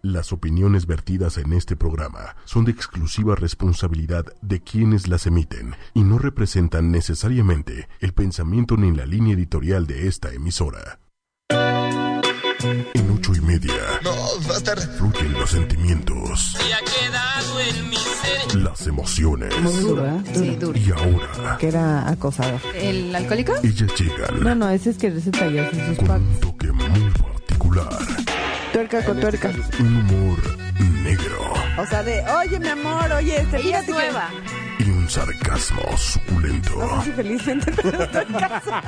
Las opiniones vertidas en este programa son de exclusiva responsabilidad de quienes las emiten y no representan necesariamente el pensamiento ni la línea editorial de esta emisora. En ocho y media No, Bastard. fluyen los sentimientos, Ya quedado en mi ser. las emociones. Muy duro, ¿eh? Sí, duro. Y ahora, Que era acosado. ¿El alcohólico? ellas No, llegan no, ese es que receta yo en sus con un packs. toque muy particular, Tuerca con tuerca. un humor negro O sea, de, oye, mi amor, oye, este, Ella es fíjate que- nueva. y un sarcasmo suculento. No sé si felizmente, pero estoy en casa.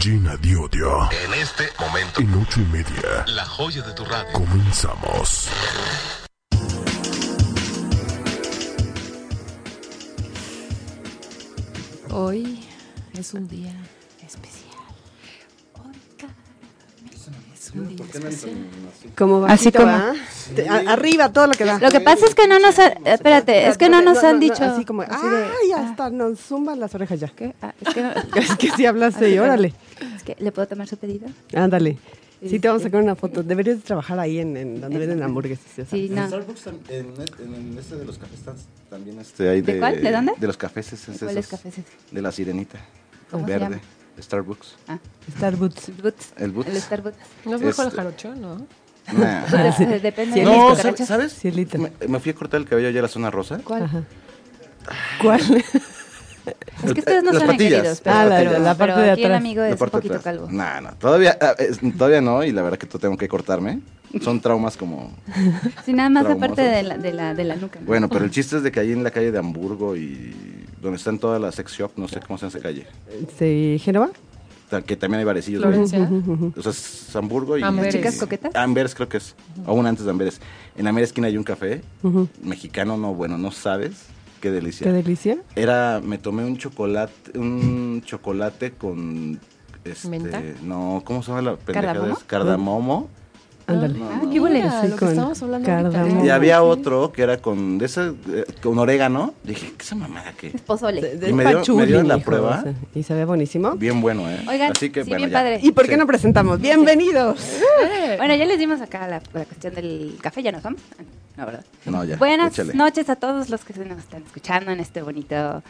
Gina Diodio. En este momento, En ocho y media la joya de tu radio. comenzamos. Hoy es un día especial. Hoy cada mes es un día especial. Como Así bajito, como- ¿va? Te- a- arriba todo lo que da. Lo que pasa es que no nos han, espérate, es que no nos han dicho. así Así como, así ah, de, ya está, nos zumban las orejas ya. ¿Qué? Ah, es que no- Es que si hablaste y órale. es que, ¿Le puedo tomar su pedido? Ándale. Sí, te vamos a sacar una foto. Deberías de trabajar ahí en, en donde venden hamburguesas. ya sabes. Sí, En no. Ah, Starbucks, tam- en, en- en este de los cafés tan- también este, hay ¿De de... cuál? ¿De dónde? De los cafés. Es, ¿De cuáles esos, cafés es? De la sirenita. ¿Cómo se verde. llama? Starbucks. Starbucks. Ah, Boots. El Boots. El Starbucks. No es mejor el Este- jarocho, ¿no? Nah. Pues, eh, Depende No, de no, los ¿sabes? cucarachas. ¿sabes? Cielito. Me, me fui a cortar el cabello allá a la zona rosa. ¿Cuál? ¿Cuál? Es que ustedes no Las son patillas. queridos. pero- Ah, la- pero- la parte pero de aquí el atrás. amigo La es un parte de poquito atrás. calvo. No, no, todavía, ah, es- todavía no y la verdad que to- tengo que cortarme. Son traumas como... Sí, nada más Traumoso. aparte de la, de la, de la nuca. ¿no? Bueno, pero el chiste es de que ahí en la calle de Hamburgo y donde están todas las sex shop, no sé cómo se llama esa calle, ¿Sí, Génova? ta- que también hay barecillos. güey. Florencia. O sea, es Hamburgo y... este, Amberes. ¿Chicas coquetas? Amberes creo que es, aún antes de Amberes. En la mera esquina hay un café mexicano, no, bueno, no sabes, qué delicia. Qué delicia. Era, me tomé un chocolate, un chocolate con, este, ¿Menta? no, ¿cómo se llama la pendejada? ¿Cardamomo? Es Cardamomo. Ándale. No, Ah, no. qué huele? mira, Sí, lo que con estábamos hablando ahorita. ¿eh? cardamomo. Y Ah, había Sí. otro que era con, de esa, eh, con orégano. Dije, ¿qué esa mamada que? Es pozole. Este, De- Y me es dio- pachuli, me dio la hijo, prueba. o sea, Y se ve buenísimo. Bien bueno, ¿eh? Oigan, Así que, sí, bueno, bien ya. padre. ¿Y por qué Sí. no presentamos? ¡Bienvenidos! Bueno, ya les dimos acá la, la cuestión del café, ya nos vamos. Ah, No, ¿verdad? No, ya, Buenas échale. noches a todos los que se nos están escuchando en este bonito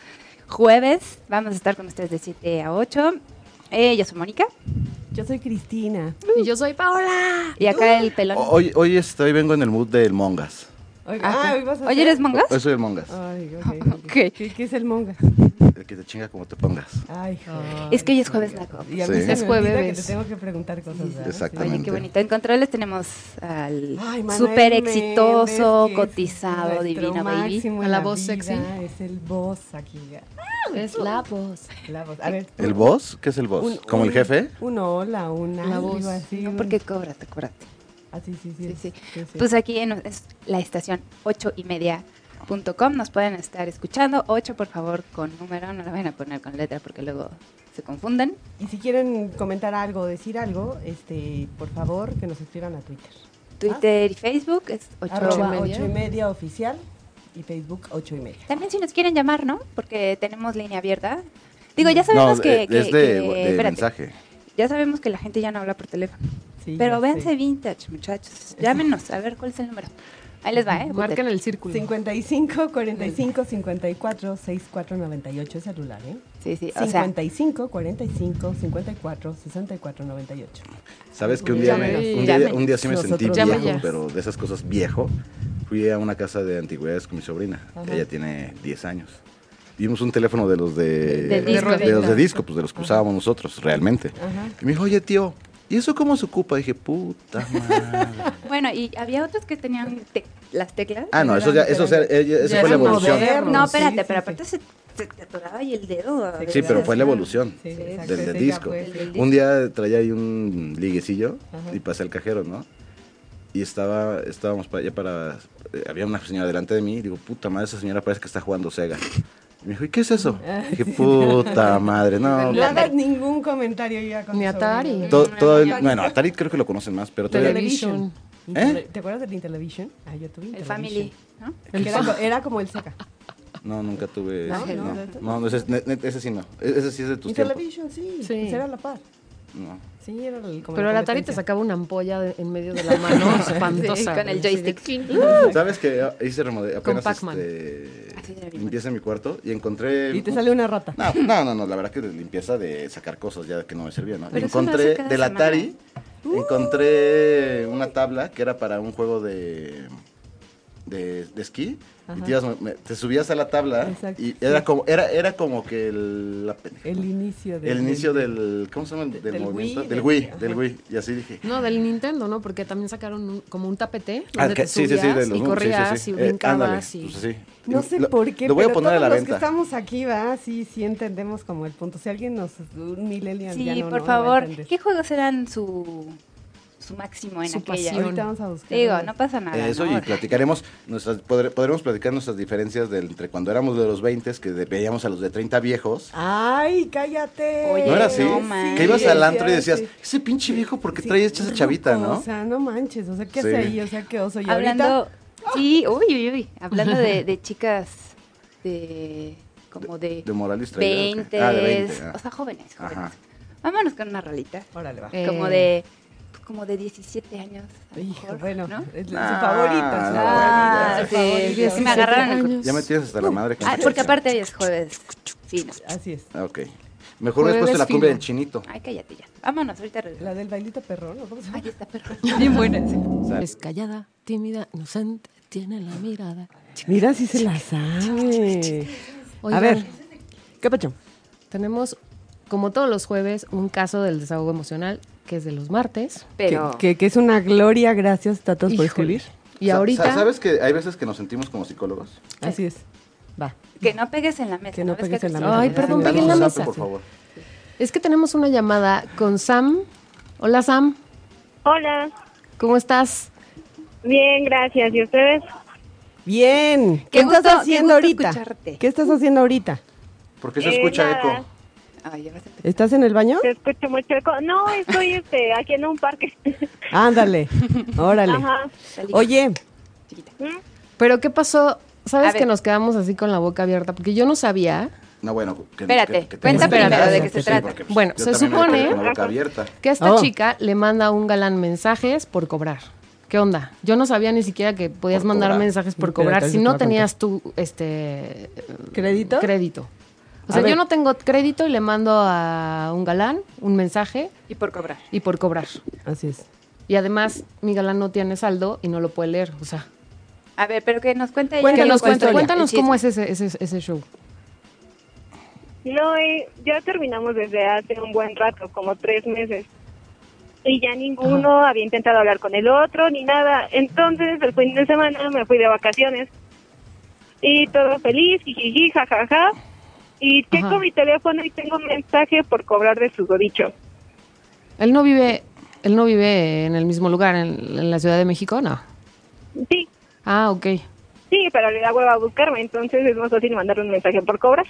jueves. Vamos a estar con ustedes de 7 a 8. Eh, yo soy Mónica Yo soy Cristina. Y yo soy Paola. y acá el pelón. Hoy, hoy estoy, vengo en el mood del Mongas. Ah, hoy oh, vas a Oye, ¿eres mongas? Hoy soy el Mongas. Ay, ok. ¿Qué, qué es el monga? El que te chinga como te pongas. Ay, joder. Es que hoy es jueves naco. Y a Sí. mí se Es me jueves. olvida que te tengo que preguntar cosas. ¿verdad? Exactamente. Oye, qué bonito. En controles tenemos al Ay, Manuel súper exitoso, Méndez, que es cotizado, nuestro divino baby. máximo A en la voz sexy. Es el voz aquí. Es la voz. La voz. A ver. ¿El boss? ¿Qué es el boss? un- ¿Como el un- jefe? Un hola, una. La algo voz. Así, No, un- porque cóbrate, cóbrate. Ah, sí, sí, sí. Sí, sí. Sí, sí. Pues aquí en es la estación 8 y media. punto com, nos pueden estar escuchando. 8, por favor, con número, no la vayan a poner con letra porque luego se confunden. Y si quieren comentar algo, decir algo, este, por favor, que nos escriban a Twitter. ¿Ah? Twitter y Facebook es 8. Arroba y media. ocho y media oficial y Facebook ocho y media. También si nos quieren llamar, ¿no? Porque tenemos línea abierta. Digo, ya No, sabemos que, eh, que- es de, que- de espérate. mensaje. Ya sabemos que la gente ya no habla por teléfono. Sí, Pero ya véanse sé. vintage, muchachos. Llámenos, a ver cuál es el número. Ahí les va, ¿eh? Marcan el círculo. 55 45 54 64 98 es celular, ¿eh? Sí, sí, o sea, 55 45 54 64 98. ¿Sabes que un día, Ya me- me- un ya día, me- un día sí me Nosotros sentí ya me- viejo, ya. pero de esas cosas viejo? Fui a una casa de antigüedades con mi sobrina. Ajá. Ella tiene 10 años. Vimos un teléfono de los de, De disco. de los de disco, pues de los que usábamos nosotros, realmente. Ajá. Y me dijo, oye, tío, ¿y eso cómo se ocupa? dije, puta madre. bueno, y había otros que tenían te- las teclas. ah, no, eso ya, eso, o sea, ella- esa Ya fue la era evolución. moderno. No, espérate, Sí, sí, pero sí. aparte se, se te atoraba ahí el dedo. a Sí, veces. pero fue la evolución Sí, exacto, del de ese ya disco. fue. Del disco. Un día traía ahí un liguecillo Ajá. y pasé al cajero, ¿no? Y estaba, estábamos para allá para... eh, Había una señora delante de mí y digo, puta madre, esa señora parece que está jugando Sega. Y me dijo, ¿y qué es eso? Ah, Y dije, puta madre, no. No hagas ningún comentario ya con Ni tu Atari. sobrino. To- todo el- bueno, Atari creo que lo conocen más, pero todavía... Television. ¿Eh? Intele- ¿Eh? ¿Te acuerdas del Intellivision? Ah, yo tuve El Intellivision. family, ¿no? Que era, co- era como el Seca. No, nunca tuve... No, No, no, no, no, E-, ese, ese sí no. Ese sí es de tus tiempos. Intellivision, sí. Sí. Pues era la par. No. Sí, era el como Pero la Atari te competencia. sacaba una ampolla de- en medio de la mano espantosa. Sí, con el güey, así de- ¿Sabes que hice remode- apenas Pac-Man. este, Así era mi limpieza en mi cuarto y encontré Y te sale una rata. No, no, no, no, la verdad que de limpieza de sacar cosas ya que no me servía, ¿no? Pero eso lo encontré hace cada del semana. Atari, encontré una tabla que era para un juego de de, de esquí y te, ibas- me- te subías a la tabla Exacto, y sí. era como era era como que el la pendeja. El inicio de. El inicio del ¿cómo se llama? del, Del movimiento, Wii, del del- Wii, ajá. del Wii y así dije. No, del Nintendo, ¿no? Porque también sacaron un- como un tapete Ah, donde que- te subías de los- y sí, sí, corrías sí. y Eh, brincabas ándale, y... pues, sí. No sé Lo- por qué, Lo voy a pero poner a todos la los que venta. estamos aquí, va, sí, sí entendemos como el punto. Si alguien nos, un millennial ya Sí, no, por no va a favor, entender. ¿qué juegos eran su, su máximo en Su aquella? pasión. Ahorita vamos a buscar. Digo, no pasa nada. Eso ¿no? y platicaremos, nuestras, podre- podremos platicar nuestras diferencias del, entre cuando éramos de los 20, que de- veíamos a los de 30 viejos. Ay, cállate. Oye, ¿No era así? no manches. que ibas al antro y decías, sí. ese pinche viejo, ¿por qué Sí, trae esa chavita, ruco, no? O sea, no manches, o sea, ¿qué Sí. hace ahí? O sea, qué oso. Y ahorita, Hablando, sí, uy, uy, uy, hablando de, de chicas de como de, de Morales traía, ¿o qué? 20, Ah, de 20, ah. o sea, jóvenes, jóvenes. Ajá. Vámonos con una rolita, órale, va. Eh, como de pues, como de 17 años. a lo Hijo, mejor, bueno, ¿no? es la- Ah, su favorita. su no, favorita, Ah, su sí, favorita. sí, sí, me agarraron. el cor- Ya me tienes hasta la madre. con Ah, esa porque canción. aparte hoy es jueves. Sí, no. Así es. Ah, ok. Mejor hubieras Jueves puesto la fino. cumbia del chinito. Ay, cállate ya. Vámonos, ahorita La regresamos. del bailito perrón, ¿no? ¿Cómo se llama? Ay, está perfecto. Bien buena. sea- Es callada, tímida, inocente, tiene la mirada. Mira si se la sabe. A Oigan, ver, ¿qué pacho? Tenemos, como todos los jueves, un caso del desahogo emocional, que es de los martes. Pero Que, que- que es una gloria, gracias, Tatas, por Híjole. escribir. Y Sa- ahorita... sa- ¿Sabes que hay veces que nos sentimos como psicólogos? Así es. Va. que no pegues en la mesa. Que no ¿Ves pegues en la te- mesa. Ay, perdón, Danos pegué en un zape, la mesa. por favor. Es que tenemos una llamada con Sam. Hola, Sam. Hola, ¿Cómo estás? bien, gracias. ¿Y ustedes? Bien. ¿Qué, Qué estás gusto- qué haciendo gusto ahorita? escucharte. ¿Qué estás haciendo ahorita? Porque se Eh, escucha nada. eco. Ay, ahora se empezó. ¿Estás en el baño? Te escucho mucho eco. No, estoy este, aquí en un parque. Ándale. Órale. Ajá. Oye, Chiquita. ¿Pero qué pasó? A ¿Sabes ver. que nos quedamos así con la boca abierta? Porque yo no sabía No, bueno. que- Espérate, que- que- cuenta Espérate. primero de qué Sí, se trata. porque, pues, Bueno, yo se también me quedé supone- Con la boca abierta. que esta Oh. chica le manda a un galán mensajes por cobrar. ¿Qué onda? Yo no sabía ni siquiera que podías Por mandar cobrar. mensajes por Espérate, cobrar ahorita si te no voy a tenías tu este ¿Crédito? crédito. O A sea, ver. yo no tengo crédito y le mando a un galán un mensaje Y por cobrar. y por cobrar. así es. Y además, mi galán no tiene saldo y no lo puede leer. O sea, A ver, pero que nos cuente ella. cuéntanos, cuéntanos, historia, cuéntanos el chisme. cómo es ese, ese, ese show. No, eh, ya terminamos desde hace un buen rato, como tres meses. Y ya ninguno había intentado hablar con el otro ni nada. Entonces, el fin de semana me fui de vacaciones. Y todo feliz, jijiji, jajaja. Y checo Ajá. mi teléfono y tengo un mensaje por cobrar de susodicho. Él no vive, él no vive en el mismo lugar, en, en la Ciudad de México, no. Sí, Ah, ok. sí, pero le da hueva a buscarme. Entonces, es más fácil mandarle un mensaje por cobrar.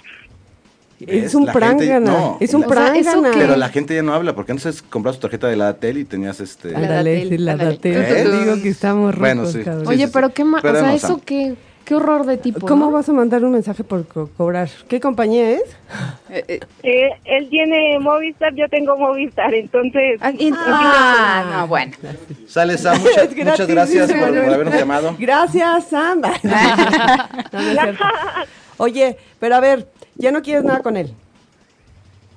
Es ¿Ves? un La prank, gente- Ana. no, es un la- O sea, prank, ¿eso Ana. qué? Pero la gente ya no habla, porque antes comprabas tu tarjeta de la tele y tenías este... Ándale, Datel, sí, la ándale. Datel. ¿Eh? Te digo que estamos rojos, Bueno, sí. cabrón. Oye, sí, pero sí. qué ma- Pero o sea, no, eso Sam. qué, qué horror de tipo. ¿Cómo ¿no? vas a mandar un mensaje por co- cobrar? ¿Qué compañía es? Eh, eh, Eh, él tiene Movistar, yo tengo Movistar, entonces... ah, y- ah, no, bueno. Sale Sam, mucha- Es gratis, muchas gracias dice por, por Manuel. habernos llamado. Gracias, Sam. No, no es cierto. Oye, pero a ver, ya no quieres nada con él.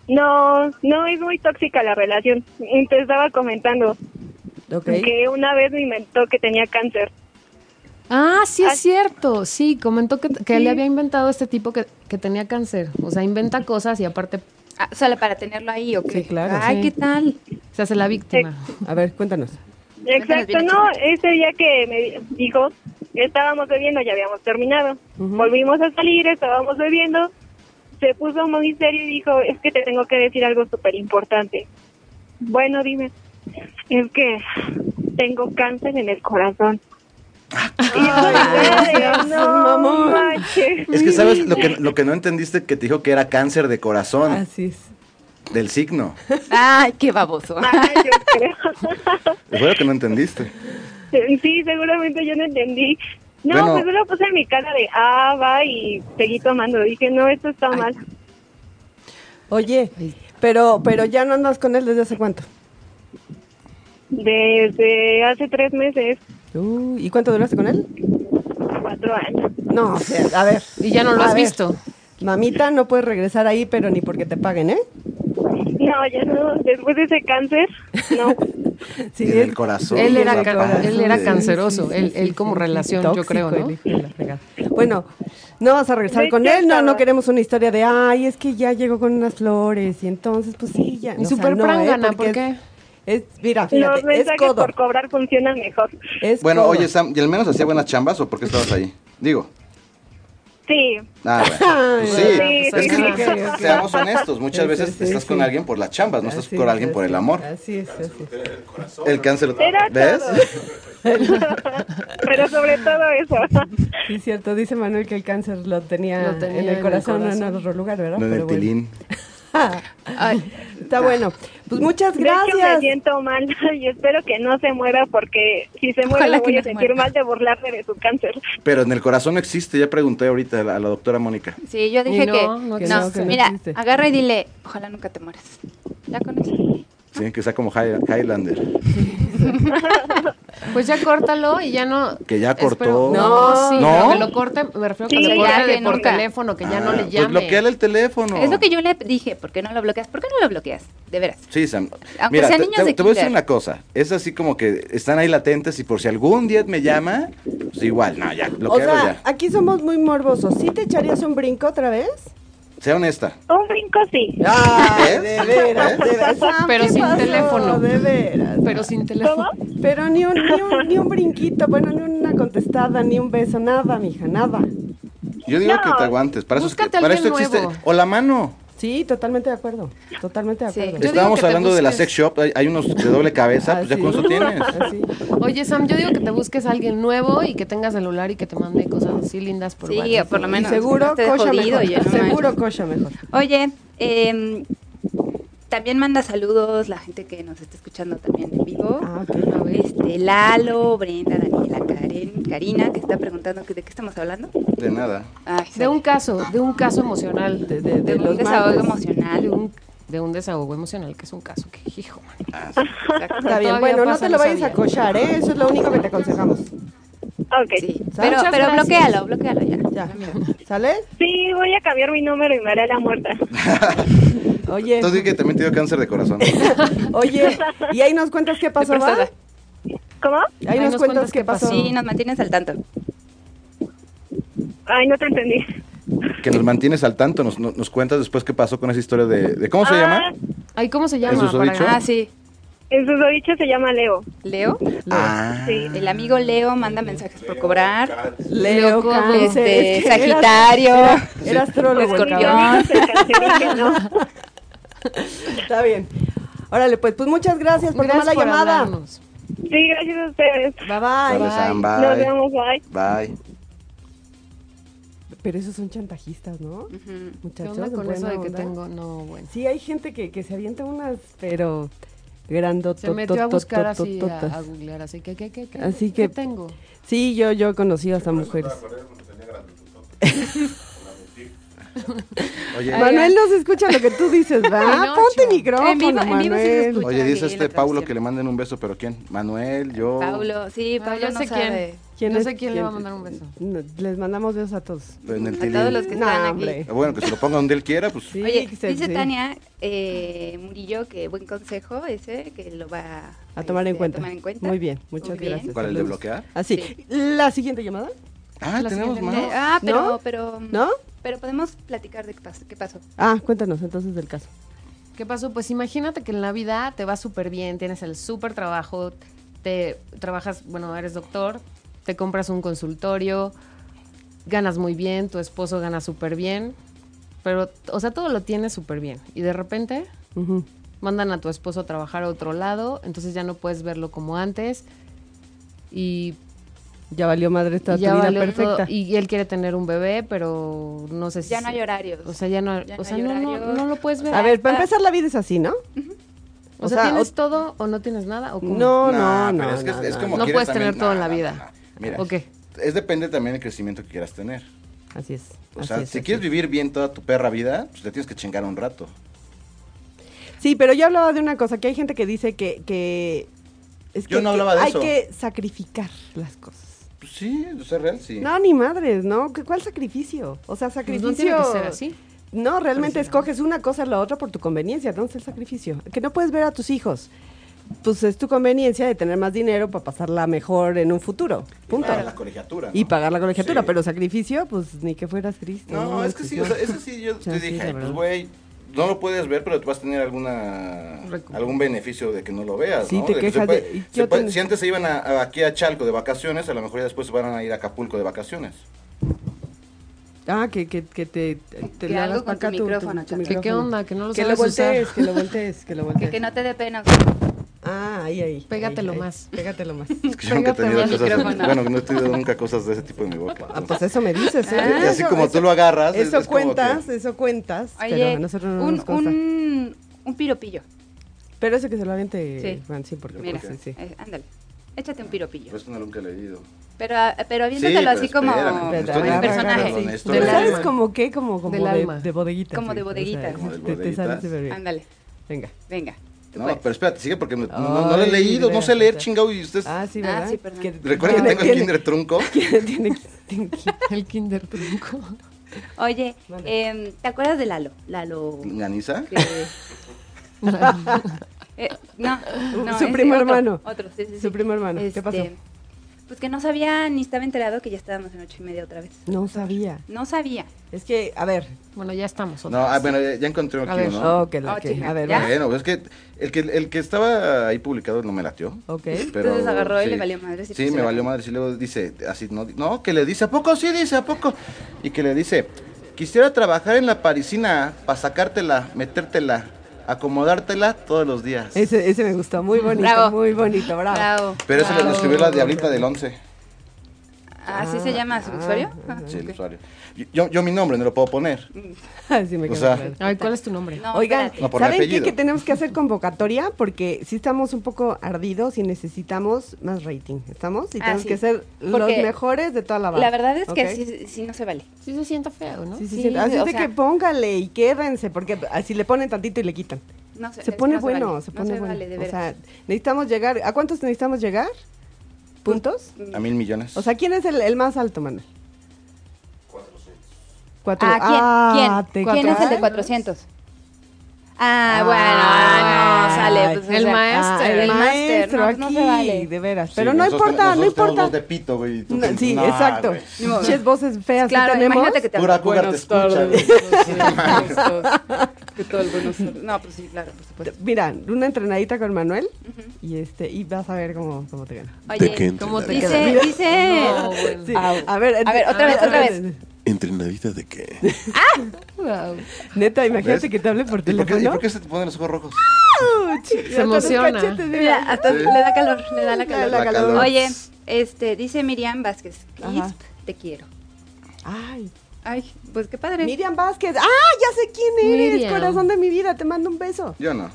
No, no, es muy tóxica la relación. Y Te estaba comentando Ok. que una vez me inventó que tenía cáncer. Ah, sí es Ah. cierto. Sí, comentó que, que le había inventado este tipo que, que tenía cáncer. O sea, inventa cosas y aparte Ah, solo para tenerlo ahí, ¿o qué? Sí, claro. Ay, Sí. ¿qué tal? se hace la víctima. A ver, cuéntanos. Cuéntanos Exacto, bien, no, ese día que me dijo, estábamos bebiendo, ya habíamos terminado. Volvimos a salir, estábamos bebiendo. Se puso muy serio y dijo, es que te tengo que decir algo súper importante. Bueno, dime, es que tengo cáncer en el corazón. Y yo, Ay, "Ay, seas no, mamón". manches. Es que sabes lo que, lo que no entendiste que te dijo que era cáncer de corazón, Así es. del signo. Ay, qué baboso. Ay, yo creo. Fue lo que no entendiste. Sí, seguramente yo no entendí. No, Bueno. pues yo lo puse en mi cara de, ah, va, y seguí tomando. Dije, no, esto está mal. Oye, Pero, pero ya no andas con él desde hace cuánto. Desde hace tres meses, Uy, ¿Y cuánto duraste con él? cuatro años. No, o sea, a ver. Y ya no lo a has ver, visto. Mamita, no puedes regresar ahí, pero ni porque te paguen, ¿eh? No, ya no. Después de ese cáncer, no. Sí, en el es- corazón. Él en era, la ca- panza, él era eh, canceroso, él, él como relación, yo Tóxico, creo, ¿no? el hijo de la fregada. Bueno, no vas a regresar De con hecho, él, no, no estaba- queremos una historia de, ay, es que ya llegó con unas flores y entonces, pues sí, ya. O Y sea, súper no, ¿eh? prangana, ¿por Porque qué? Es, es- mira, Los fíjate, es mensajes codo. por cobrar funcionan mejor. es Bueno, codo. oye, Sam, ¿y al menos hacía buenas chambas o por qué estabas ahí? Digo. Sí, Ah, bueno. Pues sí. Sí, es que sí, se- sí, sí. seamos honestos, muchas Sí, veces sí, estás sí. con alguien por las chambas, no estás Así con es, alguien por así el es, amor. Así es, así es. El cáncer, Era ¿ves? todo. pero sobre todo eso. Sí, cierto, dice Manuel que el cáncer lo tenía, Lo tenía en el corazón, no en otro lugar, ¿verdad? No en Pero el bueno. tilín. Ay, Está bueno. Pues muchas De hecho, me gracias. siento mal y espero que no se muera porque si se muere Ojalá me que voy no a se sentir muera. mal de burlarme de su cáncer. Pero en el corazón no existe, ya pregunté ahorita a la, a la doctora Mónica. Sí, yo Y dije no, que. no No, existe. Que no mira, existe. agarra y dile, ojalá nunca te mueras. ¿La conoces? Sí, que sea como High- Highlander. pues ya córtalo y ya no. Que ya cortó. No, sí, ¿No? pero que lo corte, me refiero a que Sí, lo ya corte que de por nunca. teléfono, que ya no Ah, le llame. Pues bloqueale el teléfono. Es lo que yo le dije, ¿por qué no lo bloqueas? ¿Por qué no lo bloqueas? De veras. Sí, Sam. Aunque Mira, sean te, niños te- de te voy a decir kinder. una cosa. Es así como que están ahí latentes y por si algún día me llama, pues igual, no, ya, O bloquealo sea, aquí somos muy morbosos. ¿Sí te echarías un brinco otra vez? ya. Sea honesta. Un brinco sí. Ay, ¿Eh? de veras, de veras. Sam, Pero ¿qué sin pasó? teléfono. De veras. Pero sin teléfono. Pero ni un, ni, un, ni un brinquito, bueno, ni una contestada, ni un beso, nada, mija, nada. Yo digo que No. te aguantes. Para, eso, es que- Búscate a para esto alguien existe. nuevo. O la mano. Sí, totalmente de acuerdo, totalmente de Sí. acuerdo. Yo digo que Estábamos te hablando de la busques. sex shop. Hay, hay unos de doble cabeza. pues ya Así con eso es. tienes. Así. Oye, Sam, yo digo que te busques a alguien nuevo y que tenga celular y que te mande cosas así lindas por Sí, WhatsApp. o por lo Y menos. seguro, no esté cocha jodido, mejor. ya no seguro, manches. cocha mejor. Oye, eh, también manda saludos la gente que nos está escuchando también en vivo. Ah, ok. Este, Lalo, Brenda, Daniela, Karen, Karina, que está preguntando que de qué estamos hablando. De nada. Ay, De un caso, de un caso emocional. De- de- de de un los desahogo martes. De emocional. un, de un desahogo emocional, que es un caso que, hijo, man. Está bien, Todavía bueno, no pasa, te lo no vayas a sabía. cochar, ¿eh? Eso es lo único que te aconsejamos. Ok. Sí, ¿Sabes? pero, pero Muchas gracias. bloquealo, bloquealo ya. Ya, ¿sale? Sí, voy a cambiar mi número y me haré la muerta. Oye, Entonces dije que también te dio cáncer de corazón. oye, y ahí nos cuentas qué pasó, De ¿va? próstata. ¿Cómo? Ahí nos cuentas qué pasó. Sí, nos mantienes al tanto. Ay, no te entendí. que nos mantienes al tanto. Nos, nos- nos cuentas después qué pasó con esa historia de. de- ¿Cómo se Ah, llama? Ay, ¿cómo se llama? susodicho? Para- Ah, sí. En sus dicho se llama Leo. Leo, Ah. Sí. el amigo Leo manda mensajes por cobrar. Leo, Loco, cáncer. este, Es que eras- Sagitario. Era, era astrólogo, Escorpión. cabrón. Amigos del cancerígeno. Está bien. Órale, pues, pues muchas gracias por Gracias tomar la por llamada. hablarnos. Sí, gracias a ustedes. Bye bye. Sale, Sam, Nos bye. vemos, bye. Bye. Pero esos son chantajistas, ¿no? Ujú. ¿Qué Muchachos, onda con buena eso de que onda. tengo? No, bueno. Sí, hay gente que, que se avienta unas, pero Se metió a buscar así, a, grandototototototas. a googlear, así que, ¿qué, qué, qué, Así qué que- tengo? Sí, yo, yo he conocido hasta mujeres. Oye, Manuel no se escucha lo que tú dices, Ay, ¿va? no, Ponte chavo. micrófono, En vivo- en vivo sí se Manuel. escucha. oye, dice Ahí en la este Paulo transmisión. que le manden un beso, pero ¿quién? Manuel, yo. Pablo, sí, Ah, Pablo yo no sé sabe. Yo es- sé quién le va a mandar un beso. No, Les mandamos besos a todos. En el A tilín. todos los que No, están hombre. aquí. Ah, Bueno, que se lo ponga donde él quiera, pues. Sí, Oye, que se- dice sí. Tania eh, Murillo que buen consejo ese, que lo va A tomar, en este, cuenta. tomar en cuenta. Muy bien, muchas Muy bien. gracias. ¿Cuál, el de saludos. bloquear? Así. Sí. La siguiente llamada, Ah, La tenemos siguiente, más. Eh, ah, pero, ¿No? pero, ¿no? pero podemos platicar de qué pasó. Qué pasó. Ah, cuéntanos entonces del caso. ¿Qué pasó? Pues imagínate que en la vida te va súper bien, tienes el súper trabajo, te trabajas, bueno, eres doctor, te compras un consultorio, ganas muy bien, tu esposo gana súper bien, pero, o sea, todo lo tienes súper bien. Y de repente Ujú. mandan a tu esposo a trabajar a otro lado, entonces ya no puedes verlo como antes y Ya valió madre toda tu ya vida valió perfecta. todo. Y, y él quiere tener un bebé, pero no sé si... Ya no hay horarios. O sea, ya no, Ya o no sea, hay no, no, horarios. no lo puedes ver. A ver, para empezar la vida es así, ¿no? O, O sea, sea, ¿tienes o- todo o no tienes nada? ¿O cómo? No, no, Nah, no. pero es que es- es no, como no. No quieres puedes tener también- todo en nah, la nah, vida. nah. Mira, ¿O qué? es depende también del crecimiento que quieras tener. Así es. O así sea, es, si así quieres es. vivir bien toda tu perra vida, pues te tienes que chingar un rato. Sí, pero yo hablaba de una cosa, que hay gente que dice que... que es Yo no hablaba de hay eso. que sacrificar las cosas. Pues sí, o sea, real, sí. No, ni madres, ¿no? ¿Qué- ¿Cuál sacrificio? O sea, Pues sacrificio... no tiene que ser así. No, realmente escoges una cosa o la otra por tu conveniencia, entonces el sacrificio. Que no puedes ver a tus hijos. Pues es tu conveniencia de tener más dinero para pasarla mejor en un futuro. Punto. Para la colegiatura. ¿no? Y pagar la colegiatura, Sí. pero sacrificio, pues ni que fueras Cristo. No, es que sí, o sea, eso sí yo Ya, te sí, dije, la "Ay, verdad. pues güey, no lo puedes ver, pero tú vas a tener alguna Recu- algún beneficio de que no lo veas, Sí, ¿no? te que quejas sepa- de- y yo sepa- ten- Si antes se iban a- a- aquí a Chalco de vacaciones, a lo mejor ya después se van a ir a Acapulco de vacaciones. Ah, que, que, que te, te Que le algo hagas con pa' acá tu micrófono, Chato. ¿Qué, qué onda? Que no lo Que lo sabes voltees, usar. que lo voltees, que lo Que, voltees. que no te dé pena. Ah, ahí, ahí. Pégatelo ahí, ahí. más. Pégatelo más. Es que yo nunca he Pégate tenido al cosas, micrófono. bueno, no he tenido nunca cosas de ese tipo en mi boca. Ah, entonces, pues eso me dices, ¿eh? Ah. y así Eso- como eso- tú lo agarras, es- Eso es como que- cuentas, eso cuentas. pero Oye, a nosotros no un, nos consta. un, un piropillo. Pero eso que se lo aviente Sí. Juan, sí, porque Mira, pues, sí, sí. eh, ándale. Échate un piropillo. Pues no nunca he leído. Pero, ah, pero aviéntatelo Sí, así pero como, espérame, como me Pero estoy- el agarra, personaje. agarra, Perdón, sí. esto Pero es- ¿Sabes alma. como qué? Como, como Del de, alma. de bodeguita. Como sí. de bodeguita. O sea, Como de te, te bodeguita. sale súper bien. Ándale, Venga. venga. tú No, puedes. pero espérate, sigue porque me- no, no lo he Ay, leído, no sé mira, leer ya. chingado y ustedes... Ah, sí, Ah, ¿verdad? sí, perdón. Recuerden que tengo el kinder trunco. kinder. Tiene, tiene que- El kinder truco. Oye, Vale. em, ¿te acuerdas de Lalo? Lalo. ¿Ganiza? que- Eh, no, no, Su ese primo otro, hermano. Otro, sí, sí, Su sí. primo hermano. ¿Qué Este, pasó? Pues que no sabía ni estaba enterado que ya estábamos en ocho y media otra vez. No sabía. No sabía. Es que, a ver. Bueno, ya estamos. No, otra ah, vez. bueno, ya ya encontré aquí ver. uno. Oh, que la Oh, que- chinga, A ver, ¿ya? va. Bueno, pues es que el, que el que estaba ahí publicado no me latió. Ok. Pero, Entonces agarró y le valió madre, sí, Sí, pues, me se valió va. madre. Y luego dice, así, no, no, que le dice, ¿a poco? Sí, dice, ¿a poco? Y que le dice, quisiera trabajar en la parisina para sacártela, metértela, acomodártela todos los días. Ese, ese me gustó. Muy bonito, Bravo. muy bonito. Bravo. Bravo. Pero eso bravo. lo escribió la diablita del 11, ¿Así se llama su usuario? Ah, sí, el ok. usuario. Yo, yo mi nombre no lo puedo poner. Así me O quedó sea, claro. Ay, ¿cuál es tu nombre? No, Oigan, espérate. No, por mi ¿saben qué? apellido. Que tenemos que hacer convocatoria porque sí estamos un poco ardidos y necesitamos más rating. ¿Estamos? Y Ah, tenemos sí. que ser los Porque mejores de toda la banda. La verdad es que ¿ok? sí, sí no se vale. Sí se sienta feo, ¿no? Sí, sí, Ah, sí, sí. Así o de sea- que póngale y quédense, porque así le ponen tantito y le quitan. No Se es que pone no bueno, vale, se no pone bueno. vale, de o veras. sea, necesitamos llegar. ¿A cuántos necesitamos llegar? ¿Puntos? A mil millones. O sea, ¿quién es el, el más alto, Manuel? Cuatro. Ah, ¿quién? Ah, ¿Quién? te ¿Quién es el de cae. 400? Ah, bueno, no, sale. Pues, o El sea, maestro, Ah, el el maestro maestro, no, pues aquí, no se vale. de veras. Sí, Pero no nosotros importa, tenemos- no nosotros tenemos importa. voz de pito, güey. y tú No, tienes- sí, Nah, exacto. güey. Muchas voces feas Claro, que tenemos. imagínate que te Pura cougar te escucha, güey. Que todo el buenos No, pues sí, claro, por supuesto. Mira, una entrenadita con Manuel y este y vas a ver cómo, cómo te gana. ¿De qué Oye, ¿cómo te entrenadita? dice, dice. No, bueno. Sí. Au. A ver, A ver, otra vez, otra vez. ¿Entrenadita de qué? Wow. Neta, imagínate ¿Ves? que te hable por ¿Y por qué, y teléfono. por qué se te ponen los ojos rojos? Se emociona. Mira, hasta le da calor, le da la calor. La calor. Oye, este, dice Miriam Vázquez, Ajá. Crisp, te quiero. Ay, Ay, pues qué padre. Miriam Vázquez. Ah, ya sé quién eres, Miriam. corazón de mi vida, te mando un beso. Yo no.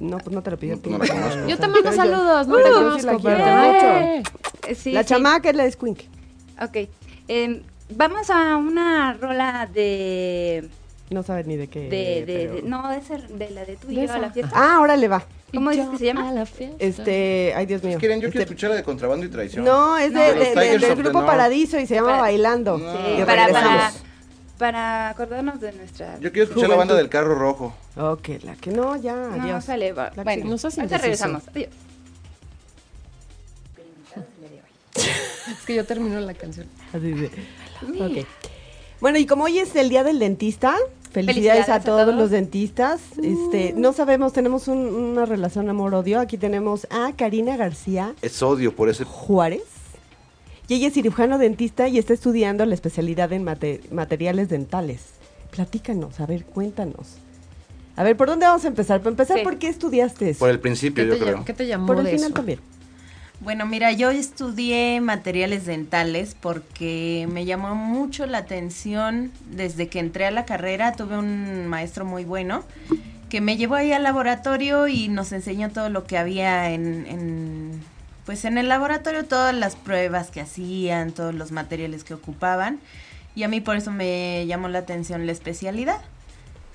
No, pues no te lo pidió. No, no la conozco. Yo te mando Pero yo- saludos, no Uy, te yo sí conozco, la pero quiero mucho. mucho. Eh, sí, la sí. chamaca es la de Squink. Ok. em, vamos a una rola de. No sabe ni de qué. de, de- pero- de- no, de, esa- de la de tú y De yo a esa. la fiesta. Ah, órale va. ¿Cómo Y dices yo que se llama? a la fiesta. Este, ay Dios mío. Quieren, yo quiero Este- escuchar la de contrabando y traición. No, es No, de- de los de- de- Tigers del of the grupo North. Paradiso y se llama Para- Bailando. No. Sí, Y para, para, regresamos. para acordarnos de nuestra. Yo quiero escuchar la banda del carro rojo. Ok, la que no, ya, no, adiós. sale. va- La Bueno, que- No seas ahorita indeciso. regresamos. Adiós. Es que yo termino la canción. Así de- ok. Bueno, y como hoy es el día del dentista, felicidades, Felicidades a, a todos, todos. Uh. los dentistas. Este, no sabemos, tenemos un- una relación amor-odio. Aquí tenemos a Karina García Es odio por ese. Juárez. Y ella es cirujano dentista y está estudiando la especialidad en mate- materiales dentales. Platícanos, a ver, cuéntanos. A ver, ¿por dónde vamos a empezar? Para empezar, Sí. ¿por qué estudiaste eso? Por el principio, ¿Qué yo te, creo. llam- qué te llamó Por el de final eso? también. Bueno, mira, yo estudié materiales dentales porque me llamó mucho la atención desde que entré a la carrera. Tuve un maestro muy bueno que me llevó ahí al laboratorio y nos enseñó todo lo que había en, en pues en el laboratorio, todas las pruebas que hacían, todos los materiales que ocupaban. Y a mí por eso me llamó la atención la especialidad.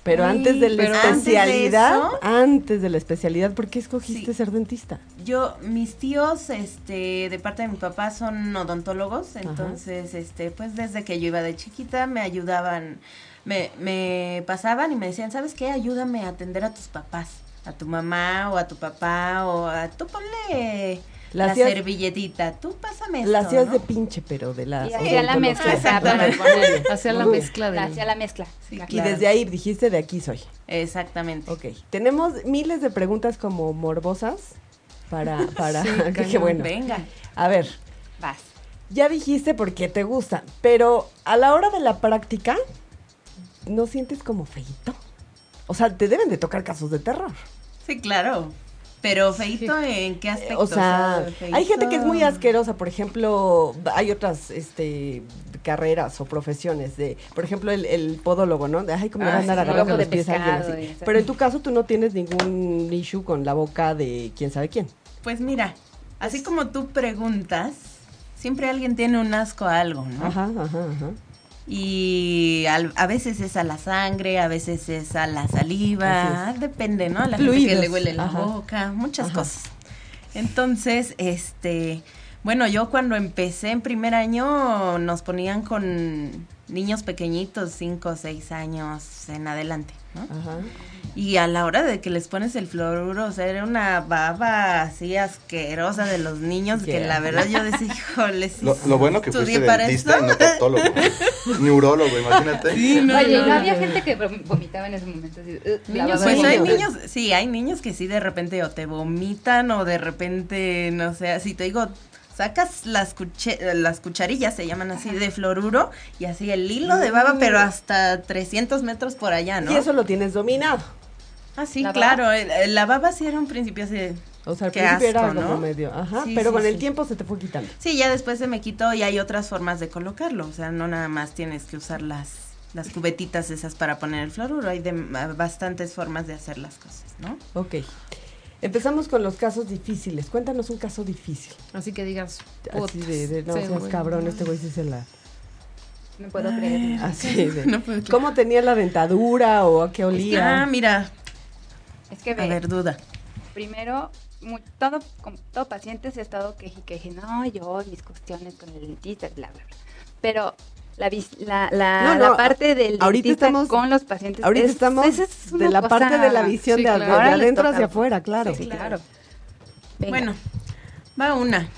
Pero Uy, antes de la pero antes de especialidad, eso- antes de, la especialidad, ¿por qué escogiste ser dentista? Yo, mis tíos, este, de parte de mi papá son odontólogos, entonces, este, pues desde que yo iba de chiquita me ayudaban, me, me pasaban y me decían, ¿sabes qué? Ayúdame a atender a tus papás, a tu mamá o a tu papá o a tú ponle La la, hacías- servilletita, tú pásame esto, La hacías ¿no? de pinche, pero de la... Y hacía la odontología. mezcla. Exactamente. Exactamente. Hacía la Uy. mezcla de... Hacia la mezcla. Sí, Y claro. desde ahí dijiste, de aquí soy. Exactamente. Ok. Tenemos miles de preguntas como morbosas para... para que cañón. bueno. Venga. A ver, Vas. ya dijiste por qué te gusta, pero a la hora de la práctica, ¿no sientes como feito? O sea, te deben de tocar casos de terror. Sí, claro. Pero feito, ¿en qué aspecto? Eh, O sea, hay gente que es muy ah, feíto. asquerosa, por ejemplo, hay otras este carreras o profesiones de, por ejemplo, el, el podólogo, ¿no? De, Ay, cómo le Ah, van a dar sí, agarrando ojo de los pies a alguien pescado así. y eso. Pero en tu caso tú no tienes ningún issue con la boca de quién sabe quién. Pues mira, así como tú preguntas, siempre alguien tiene un asco a algo, ¿no? Ajá, ajá, ajá. Y al- a veces es a la sangre, a veces es a la saliva, Así depende, ¿no? A la gente Fluidos. que le huele la Ajá. boca, muchas Ajá. cosas. Entonces, este, bueno, yo cuando empecé en primer año nos ponían con niños pequeñitos, 5 o 6 años en adelante, ¿no? Ajá. Y a la hora de que les pones el fluoruro, o sea, era una baba así asquerosa de los niños que Yeah. la verdad yo decía, híjole, sí, Lo, lo bueno que estudié fuiste para dentista y esto". no odontólogo. Neurólogo, imagínate. Oye, no, había gente que vom- vomitaba en ese momento. así, "Ugh", lavaba Pues el hay diente. niños, sí, hay niños que sí de repente o te vomitan o de repente, no sé, si te digo, sacas las, cuche- las cucharillas, se llaman así, de fluoruro y así el hilo de baba, pero hasta 300 metros por allá, Ah, ¿no? Y eso lo tienes dominado. Ah, sí, ¿La baba? claro, el- el- la baba sí era un principio así de, O sea, al Qué principio era asco, como ¿no? medio, ajá, Sí, pero sí, con el sí. tiempo se te fue quitando. Sí, ya después se me quitó y hay otras formas de colocarlo. O sea, no nada más tienes que usar las, las cubetitas esas para poner el fluoruro. Hay de, bastantes formas de hacer las cosas, ¿no? Ok. Empezamos con los casos difíciles. Cuéntanos un caso difícil. Así que digas... Así "Putas, de, de, no, sí, seas güey". cabrón, este güey sí se la No puedo creer. Así de- No puedo creer. ¿Cómo tenía la dentadura o a qué Ah, olía? mira, Es que a ve, ver, duda. primero, mu- todo, como todo paciente se ha estado queje, y queje, no, yo, mis cuestiones con el dentista, bla, bla, bla. Pero la, vis- la, la, No, no, la parte del ahorita dentista estamos- con los pacientes. Ahorita es- estamos esa es una de la cosa- parte de la visión Sí, de, claro. de- de Ahora les adentro toca- hacia afuera, claro. Sí, claro. Venga, Bueno, va una.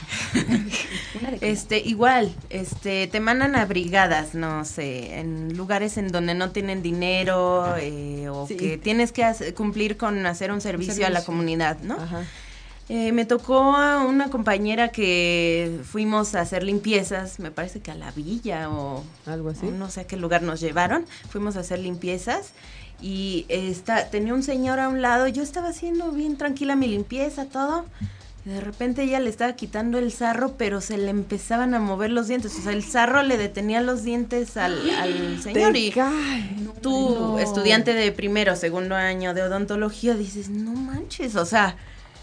una de Este, igual, este, te mandan a brigadas, no sé, en lugares en donde no tienen dinero eh, o Sí. que tienes que hace- cumplir con hacer un servicio, a la servicio. comunidad, ¿no? Ajá. Eh, me tocó a una compañera que fuimos a hacer limpiezas, me parece que a la villa o Algo así. o no sé a qué lugar nos llevaron, fuimos a hacer limpiezas y eh, está, tenía un señor a un lado, yo estaba haciendo bien tranquila mi limpieza, todo. y De repente ella le estaba quitando el sarro, pero se le empezaban a mover los dientes. O sea, el sarro le detenía los dientes al, al señor. Te Y cae. tú, estudiante de primero, segundo año de odontología, dices, no manches, o sea,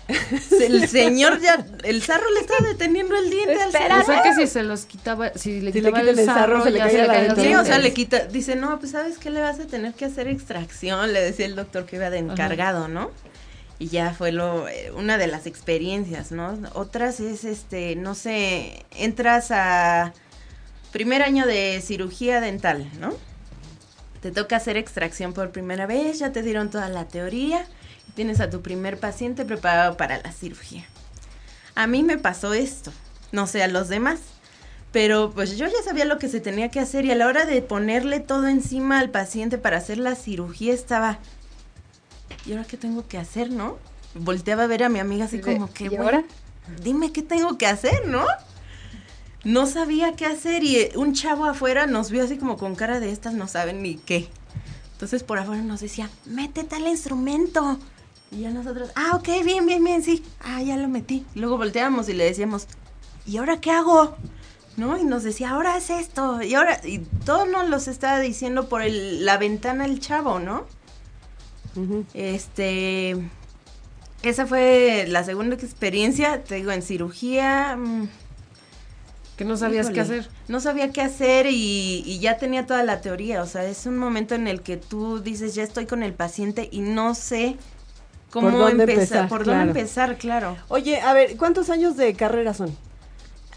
el señor ya, el sarro le está deteniendo el diente al Espérate. señor. O sea que si se los quitaba, si le Si le quitaba quitan el sarro, se le ya caía la caían los Sí, o sea, dientes. le quita, dice, no, pues sabes que le vas a tener que hacer extracción, le decía el doctor que iba de encargado, ¿no? Y ya fue lo, eh, una de las experiencias, ¿no? Otras es, este, no sé, entras a primer año de cirugía dental, ¿no? Te toca hacer extracción por primera vez, ya te dieron toda la teoría, y tienes a tu primer paciente preparado para la cirugía. A mí me pasó esto, no sé a los demás, pero pues yo ya sabía lo que se tenía que hacer y a la hora de ponerle todo encima al paciente para hacer la cirugía estaba, ¿y ahora qué tengo que hacer, no? Volteaba a ver a mi amiga así De- como que, ¿y "Güey, ahora?" dime qué tengo que hacer, ¿no? No sabía qué hacer y eh, un chavo afuera nos vio así como con cara de estas no saben ni qué. Entonces por afuera nos decía, métete al instrumento. Y ya nosotros, ah, ok, bien, bien, bien, sí. Ah, ya lo metí. Luego volteábamos y le decíamos, ¿y ahora qué hago? ¿No? Y nos decía, ahora es esto. Y ahora, y todo nos los estaba diciendo por el- la ventana el chavo, ¿no? Ujú. Este, esa fue la segunda experiencia, te digo, en cirugía. mm, Que no sabías qué Híjole, hacer. No sabía qué hacer y, y ya tenía toda la teoría. O sea, es un momento en el que tú dices, ya estoy con el paciente y no sé cómo dónde empezar, por claro. dónde empezar, claro. Oye, a ver, ¿cuántos años de carrera son?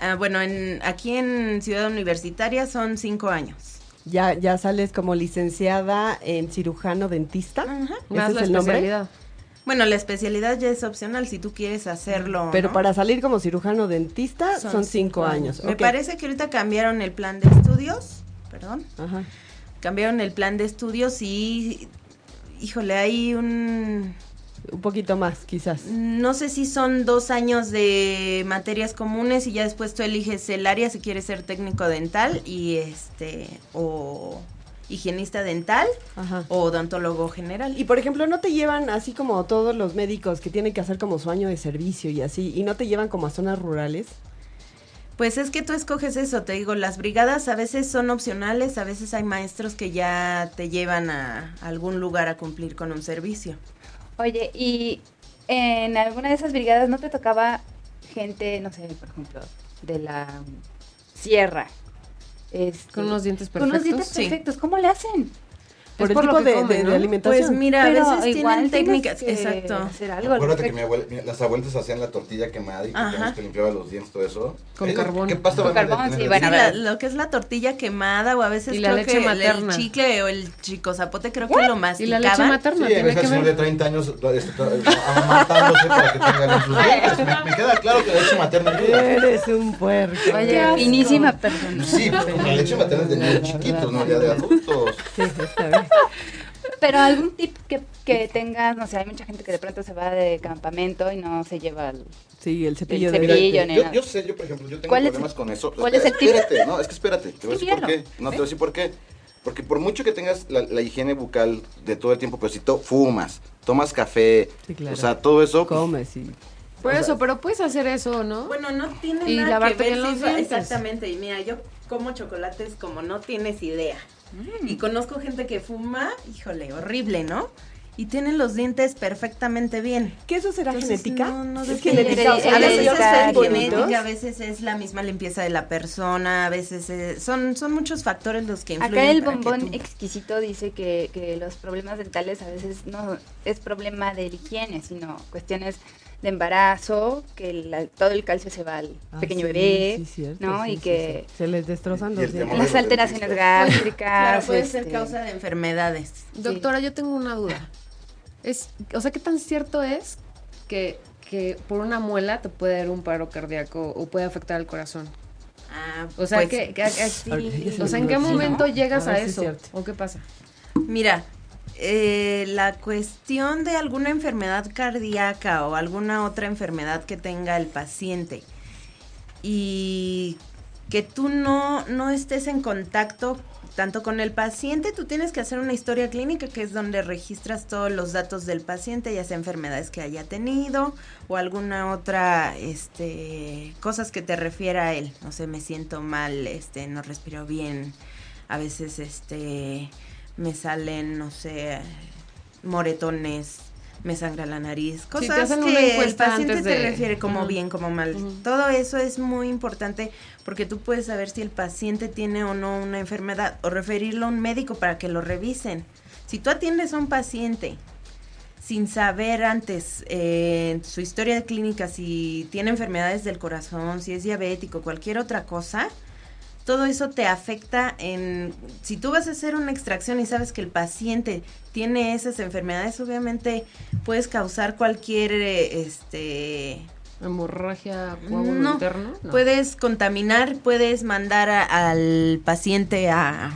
Ah, bueno, en, aquí en Ciudad Universitaria son cinco años. Ya, ya sales como licenciada en cirujano dentista. ¿Ese Más es la el nombre? especialidad. Bueno, la especialidad ya es opcional si tú quieres hacerlo. Pero ¿no? para salir como cirujano dentista son, cinco años. Me ok. parece que ahorita cambiaron el plan de estudios. Perdón. Ajá. Cambiaron el plan de estudios y. Híjole, hay un. Un poquito más, quizás. No sé si son dos años de materias comunes y ya después tú eliges el área si quieres ser técnico dental y este o higienista dental Ajá. o odontólogo general. Y por ejemplo, ¿no te llevan así como todos los médicos que tienen que hacer como su año de servicio y así? ¿Y no te llevan como a zonas rurales? Pues es que tú escoges eso, te digo, las brigadas a veces son opcionales, a veces hay maestros que ya te llevan a algún lugar a cumplir con un servicio. Oye, y en alguna de esas brigadas no te tocaba gente, no sé, por ejemplo, de la mm, sierra. Este, Con unos dientes con perfectos. unos dientes Sí. perfectos. ¿Cómo le hacen? Por el por lo tipo que de, comen, de- de ¿no? alimentación. Pues mira, a Pero veces igual tienes tienen técnicas, que exacto. Hacer algo. al Acuérdate que mi respecto. abuela- mi- las abuelitas hacían la tortilla quemada y Ajá. tenías que limpiaba los dientes, todo eso. Con Eh, carbón. ¿Qué pasa? Con carbón, sí, bueno, Sí, a la- ver. lo que es la tortilla quemada o a veces Y la creo leche que el- materna. el chicle o el chico zapote creo que lo Y la masticaban. leche materna Sí, a tiene veces que el señor de ver. 30 años lo- este, tra- amamantándose para que tengan en sus dientes. Pues Me, me queda claro que la leche materna ayuda. Eres un puerco. Oye, finísima persona. Sí, pues, porque la leche materna es de niños chiquitos, no ya de adultos. Sí, está bien. Pero algún tip que, que tengas, no sé, hay mucha gente que de pronto se va de campamento y no se lleva el- Sí, el cepillo El de cepillo. dientes. Brillo, yo, nena. yo sé, yo por ejemplo, yo tengo ¿Cuál es- problemas con eso. cuál es el tip? Espérate, no, es que espérate, te voy a Sí, decir por qué. dígalo. ¿Eh? No, te voy a decir por qué. Porque por mucho que tengas la, la higiene bucal de todo el tiempo, pero si to- fumas, tomas café, Sí, claro. o sea, todo eso, pues, Comes y... Por eso, pero puedes hacer eso, ¿no? Bueno, no tiene Y nada lavarte que ver. bien sí, los va- dientes. Exactamente. Y mira, yo como chocolates como no tienes idea. Mm. Y conozco gente que fuma, híjole, horrible, ¿no? Y tienen los dientes perfectamente bien. ¿Que eso será Entonces, genética? no, no es depende. genética. o sea, de- a los veces de- niños es de- son la bonitos. genética, a veces es la misma limpieza de la persona, a veces es- son, son muchos factores los que influyen. Acá el para que bombón tú- exquisito dice que, que los problemas dentales a veces no es problema de la higiene, sino cuestiones de embarazo, que la- todo el calcio se va al Ah, pequeño sí, bebé, sí, cierto, ¿no? sí, y sí, que sí. se les destrozan Y el los dientes. tema las alteraciones gástricas... Claro, pues, puede ser este, causa de enfermedades. Doctora, yo tengo una duda. Es, o sea, ¿qué tan cierto es que, que por una muela te puede dar un paro cardíaco o puede afectar el corazón? Ah, O sea, pues, que, que- que- sí. Ok. o sea, ¿en qué Sí, ¿no? momento llegas A a, ver si es eso? cierto. ¿O qué pasa? Mira, eh, la cuestión de alguna enfermedad cardíaca o alguna otra enfermedad que tenga el paciente y que tú no, no estés en contacto tanto con el paciente, tú tienes que hacer una historia clínica que es donde registras todos los datos del paciente, ya sea enfermedades que haya tenido o alguna otra, este, cosas que te refiera a él. No sé, me siento mal, este, no respiro bien, a veces, este, me salen, no sé, moretones, me sangra la nariz, te cosas hacen una que el encuesta paciente antes te de- refiere como Ujú. bien, como mal. Ujú. Todo eso es muy importante porque tú puedes saber si el paciente tiene o no una enfermedad o referirlo a un médico para que lo revisen. Si tú atiendes a un paciente sin saber antes eh, su historia de clínica, si tiene enfermedades del corazón, si es diabético, cualquier otra cosa, todo eso te afecta en... Si tú vas a hacer una extracción y sabes que el paciente tiene esas enfermedades, obviamente puedes causar cualquier, eh, este, ¿Hemorragia, coágulo No, interno? No. Puedes contaminar, puedes mandar a- al paciente a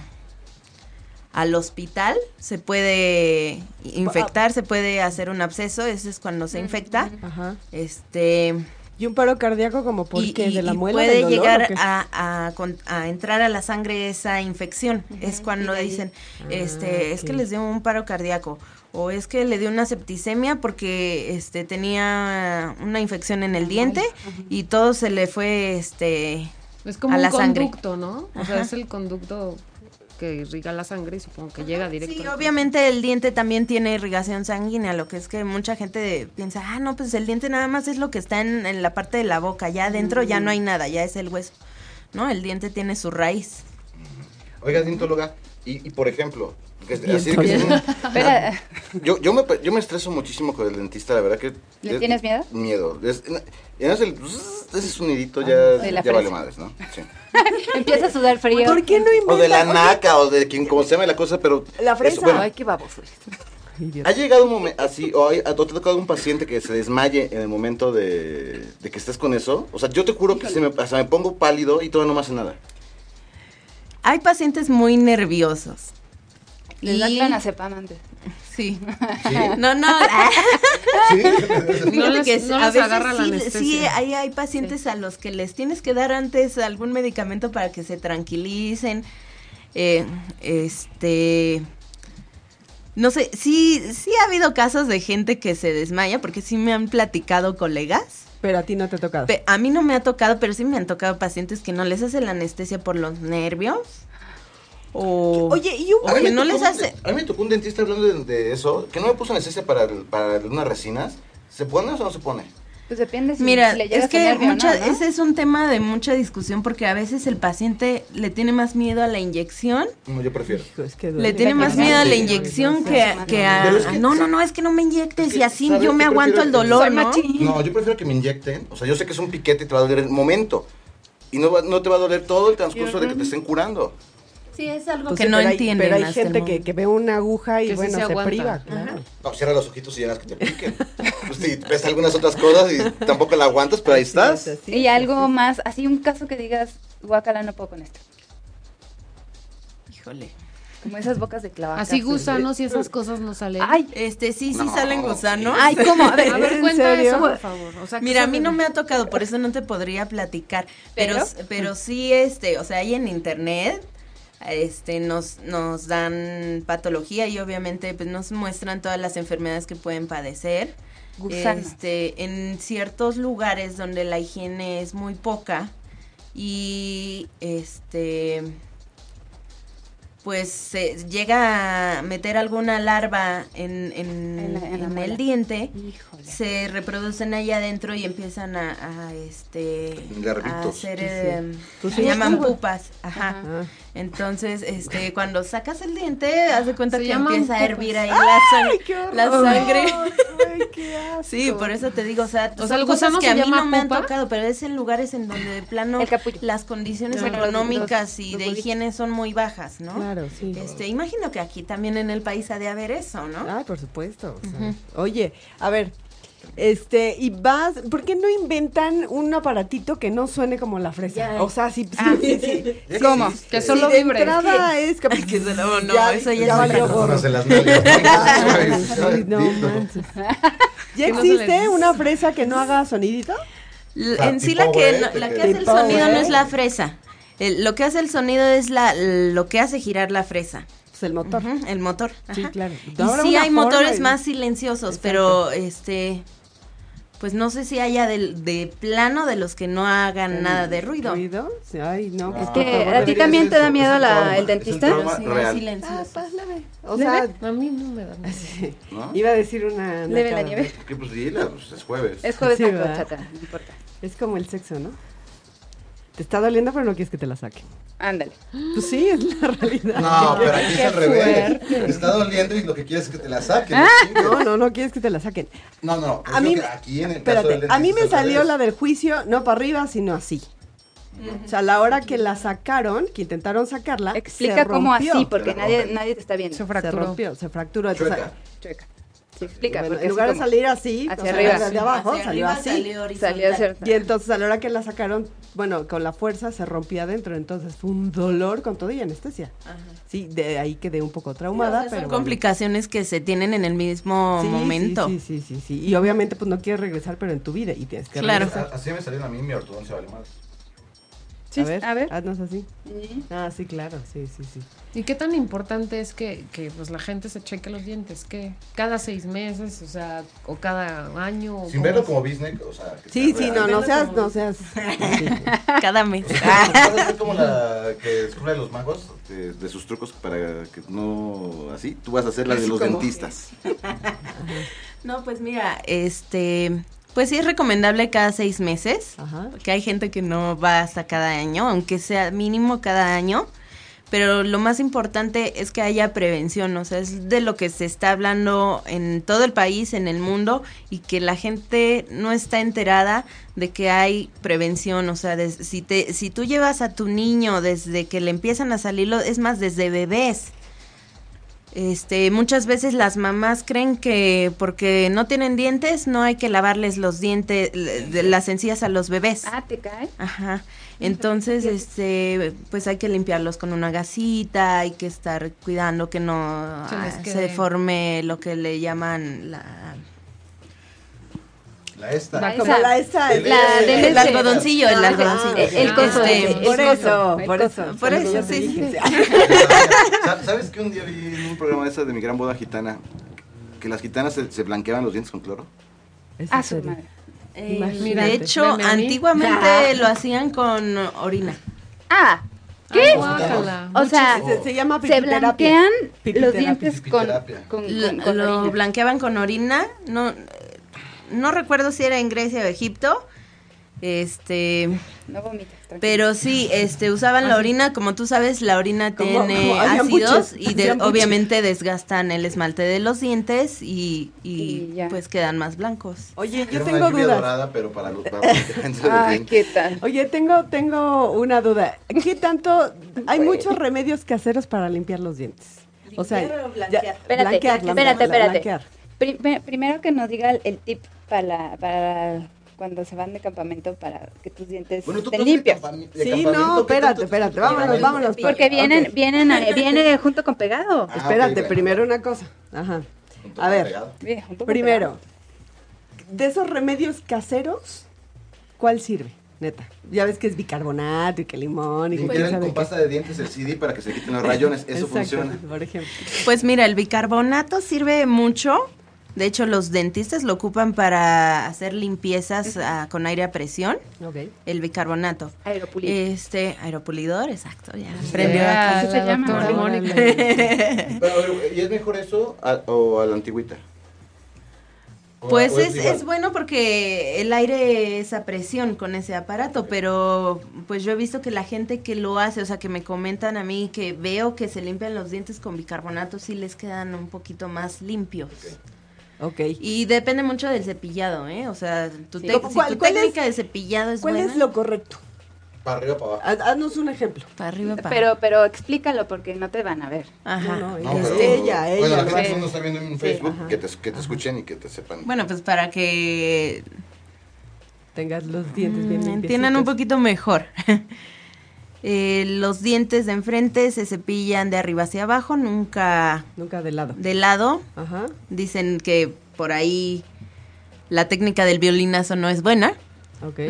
al hospital, se puede infectar, se puede hacer un absceso, eso es cuando se infecta. Ajá. Este Y un paro cardíaco como por y, qué? y- de la y muela puede del dolor, llegar ¿o qué? a, a con- a entrar a la sangre esa infección. Es cuando y de ahí- dicen, Ah, este, es que ok. les dio un paro cardíaco o es que le dio una septicemia porque este tenía una infección en el diente y todo se le fue este Es como a un la sangre. conducto, ¿no? O sea, es el conducto que irriga la sangre y supongo que llega directo. Sí, obviamente el diente también tiene irrigación sanguínea, lo que es que mucha gente piensa, ah, no, Mm. pues el diente nada más es lo que está en, en la parte de la boca, ya adentro ya no hay nada, ya es el hueso. ¿no? El diente tiene su raíz. Oiga, dentóloga, y, y por ejemplo, que- Bien, así que- Ah, bien. Espera, yo, yo, me, yo me estreso muchísimo con el dentista, la verdad que... ¿le es- tienes miedo? Miedo. Es, y además el, zzz, ese sonidito Ah, De la ya, ya vale fresa. madres, ¿no? Sí. Empieza a sudar frío. ¿Por qué no O de la inventan? naca, o de quien, como se llame la cosa, pero... La fresa. eso, bueno, Ay, qué baboso eres. ha llegado un momento así, o hay- o te ha tocado un paciente que se desmaye en el momento de, de que estés con eso. O sea, yo te juro que se me, hasta me pongo pálido y todavía no me hace nada. Hay pacientes muy nerviosos. Les Y- dan clonazepam antes. Sí. No, no. Fíjate les- que no a les veces agarra la sí, anestesia. sí, hay, hay pacientes a los que les tienes que dar antes algún medicamento para que se tranquilicen. Eh, este. No sé, sí, sí ha habido casos de gente que se desmaya, porque sí me han platicado colegas. Pero a ti no te ha tocado. Pe- A mí no me ha tocado, pero sí me han tocado pacientes que no les hace la anestesia por los nervios. O, Oye, y un o que me no tocó les un- hace. a mí me tocó un dentista hablando de, de eso, que no me puso anestesia para, el- para unas resinas. ¿Se pone o no se pone? Pues depende si, Mira, si le llegas es que a nervio o mucha- no, ¿no? ese es un tema de mucha discusión porque a veces el paciente le tiene más miedo a la inyección, No, yo prefiero. Hijo, es que duele. le tiene más miedo a la inyección que, a- que a... Pero es que- no, no, no, es que no me inyectes es que, y así ¿sabes? yo me Yo aguanto prefiero- el dolor, Soy ¿no? machín. No, yo prefiero que me inyecten. O sea, yo sé que es un piquete y te va a doler en el momento. Y no, va- no te va a doler todo el transcurso de que te estén curando. Sí, es algo Pues que sí, no pero hay- entienden. Pero hay hasta el gente que, momento. que ve una aguja y Que sí bueno, se se, aguanta. priva, claro. No, cierra los ojitos y llegas que te piquen. Pues sí, ves algunas otras cosas y tampoco la aguantas, pero ahí estás. Sí, sí, sí. Y algo más, así un caso que digas, guacala, no puedo con esto. Híjole. Como esas bocas de clavaca. Así gusanos y esas cosas no salen. Ay, Este, sí, sí No. salen gusanos. ay, ¿cómo? A ver, a ver, ¿en cuenta serio? eso, por favor. O sea, ¿qué Mira, a son mí de- no me ha tocado, por eso no te podría platicar. Pero, ¿Pero? pero, sí, este, o sea, hay en internet, este, nos, nos dan patología y obviamente pues, nos muestran todas las enfermedades que pueden padecer. Gusanos. Este, en ciertos lugares donde la higiene es muy poca y este pues se llega a meter alguna larva en, en- En la- en la en muela. el diente Híjole. se reproducen ahí adentro y empiezan a, a, este Larvitos. a hacer Sí, sí. em, Pues se sí, llaman estuvo. pupas ajá Ah, entonces este cuando sacas el diente haz de cuenta Se que llaman empieza a pupas. hervir ahí la sangre qué horror. la sangre Ay, qué asco. sí por eso te digo o sea, sea, son el cosas gusano que se a mí llama no me han pupa. tocado pero es en lugares en donde de plano El capullo. las condiciones Bueno, los- económicas los- y los de huevitos. higiene son muy bajas no Claro, sí. este imagino que aquí también en el país ha de haber eso no Ay, por supuesto. o sea, Oye, a ver, este, y vas, ¿por qué no inventan un aparatito que no suene como la fresa? O sea, sí, sí, sí, sí. Ya ¿Cómo? existe. Que solo de vibre. entrada es que, que se lo- no, eso ya es valió otra gorro. No se las nalgas, ¿no? Ay, no Dito. manches. ¿Ya Que no se le- existe una fresa que no haga sonidito? L- O sea, en sí tipo la que, juguete, la que que- hace el Tipo sonido no juguete. es la fresa. El- lo que hace el sonido es la lo que hace girar la fresa. Pues el motor. Ujú, el motor. Sí, ajá. claro. Y Ahora sí una hay forma motores y- más silenciosos, pero este pues no sé si haya del- de, plano de los que no hagan nada de ruido. ¿Ruido? Sí, Ay, no. No, pues, que por favor, a debería ti ser también te eso, da miedo es un la- trauma, el es un dentista. trauma Sí, Ah, real, pues, silenciosos. O sea, A mí no me da miedo. ¿no? iba a decir una... Leve nacada. la nieve. ¿Qué? Pues dile, pues, es jueves. Es jueves Sí, taco, ¿verdad? chata, no importa. Es como el sexo, ¿no? Te está doliendo, pero no quieres que te la saquen. Ándale. Pues sí, es la realidad. No, pero aquí es Qué al revés. Te está doliendo y lo que quieres es que te la saquen. no chingues. Ah, No, no, no quieres que te la saquen. No, no, no. A mí, me- aquí en el caso espérate, del a mí me dentista es al salió revés. la del juicio, no para arriba, sino así. O sea, a la hora que la sacaron, que intentaron sacarla, Explica Ah, se cómo rompió. así, porque Se la nadie, rompen. nadie te está viendo. Se se fracturó. rompió, se fracturó. Entonces, Chueca. Checa. Sí, explica. bueno, porque en así lugar de como- salir así, hacia o sea, arriba. desde abajo, Hacia salió arriba así. salió horizontal. Salió a ser- Y entonces a la hora que la sacaron, bueno, con la fuerza se rompió adentro, entonces fue un dolor con todo y anestesia. Ajá. Sí, de ahí quedé un poco O traumada, sea, son pero bueno. complicaciones que se tienen en el mismo Sí, sí, momento. Sí, sí, sí, sí. Y obviamente pues no quieres regresar, pero en tu vida y tienes que Claro. regresar. Así me salió a mí mi ortodoncia vale más. Sí, a ver, Ah, a ver. haznos así. Ujú. Ah, sí, claro, sí, sí, sí. ¿Y qué tan importante es que, que, pues, la gente se cheque los dientes? ¿Qué? ¿Cada seis meses? O sea, o cada año. o Sin cómo verlo es? como business, o sea... que Sí, sea sí, real. no, no Verlo seas, como- no seas. sí. Cada mes. Es como la que descubre los magos de, de sus trucos para que no así. Tú vas a hacer la de los dentistas. No, pues mira, este, Pues sí es recomendable cada seis meses, Ajá. porque hay gente que no va hasta cada año, aunque sea mínimo cada año. Pero lo más importante es que haya prevención, o sea, es de lo que se está hablando en todo el país, en el mundo, y que la gente no está enterada de que hay prevención, o sea, des- si, te, si tú llevas a tu niño desde que le empiezan a salirlo, es más, desde bebés, este, muchas veces las mamás creen que porque no tienen dientes no hay que lavarles los dientes, l- de las encías a los bebés. Ah, te cae. Ajá. Entonces, este, pues hay que limpiarlos con una gasita, hay que estar cuidando que no Se les ah, quede. se forme lo que le llaman la La esta. Va Como la esa. El- La el- del- el algodoncillo, el Ah, algodoncillo. El, el Ah, coso, Este, ese, el por coso, eso, el por coso. eso. Por eso, ya sí, te dije. sí. Sa- ¿Sabes que un día vi en un programa ese de mi gran boda gitana que las gitanas se, se blanqueaban los dientes con cloro? Es en Ah, su serio. madre. Eh, Imagínate. de hecho, Veme a mí. antiguamente lo hacían con orina. Ah, Ay, guácala. o sea, Oh. Se, se llama se pipiterapia. blanquean los Pipiterapia. dientes con, Pipiterapia. con, con, Lo, con lo orina. blanqueaban con orina, no, no recuerdo si era en Grecia o Egipto, este, No vomitas, tranquilo. pero sí, este, usaban la orina, como tú sabes, la orina Como- tiene como hacían ácidos buches, y de- hacían buches. obviamente desgastan el esmalte de los dientes y, y, Y ya. pues quedan más blancos. Oye, yo Era tengo una lluvia dudas. dorada, pero para los para los dientes de Ay, bien. qué tal. Oye, tengo, tengo una duda. ¿Qué tanto? Hay muchos remedios caseros para limpiar los dientes. O sea, ¿Limpiar o ya- blanquear? Espérate, blanquear, espérate, blanquear, espérate. blanquear. Prime- primero que nos diga el, el tip para, para cuando se van de campamento para que tus dientes Bueno, tú estén estás de limpios. campami- de Sí, campamento, no, ¿qué tanto Ah, espérate, te- espérate. de Vámonos, campamento? vámonos. Porque vienen, Ok. vienen, a- viene junto con pegado. Ah, Espérate, ok, primero una cosa. Ajá. Junto A con ver, pegado. Bien, junto con primero, de esos remedios caseros, ¿cuál sirve? Neta. Ya ves que es bicarbonato y que limón y que quién Limpiar sabe con qué. pasta de dientes el CD para que se quiten los rayones. Eso Exacto, funciona. Por ejemplo. Pues mira, el bicarbonato sirve mucho. De hecho, los dentistas lo ocupan para hacer limpiezas ah, con aire a presión, Ok. el bicarbonato. pegado. Aeropulido. Este, aeropulidor, exacto, ya. Aprendió Ya. aquí se la llama. doctora Mónica. Pero, a ver, ¿y es mejor eso a- o a la antigüita? ¿O- Pues o es, igual? es bueno porque el aire es a presión con ese aparato, pero pues yo he visto que la gente que lo hace, o sea, que me comentan a mí que veo que se limpian los dientes con bicarbonato, sí les quedan un poquito más limpios. Ok. Y depende mucho del cepillado, ¿eh? O sea, tu, Sí. tec- ¿Cuál- si tu cuál es- técnica de cepillado es ¿Cuál buena. es lo correcto? Para arriba, para abajo. Haz- Haznos un ejemplo. Para arriba, para Pero, pero explícalo porque no te van a ver. Ajá. No, este, no, No, es pero- ella, ella. Bueno, la lo gente hace. no nos está viendo en Facebook. ajá. que te, que te escuchen y que te sepan. Bueno, pues para que Tengas los dientes bien Mm, limpiecitos. Entiendan un poquito mejor. Eh, los dientes de enfrente se cepillan de arriba hacia abajo, nunca Nunca de lado. de lado. Ajá. Dicen que por ahí la técnica del violinazo no es buena. Ok. Con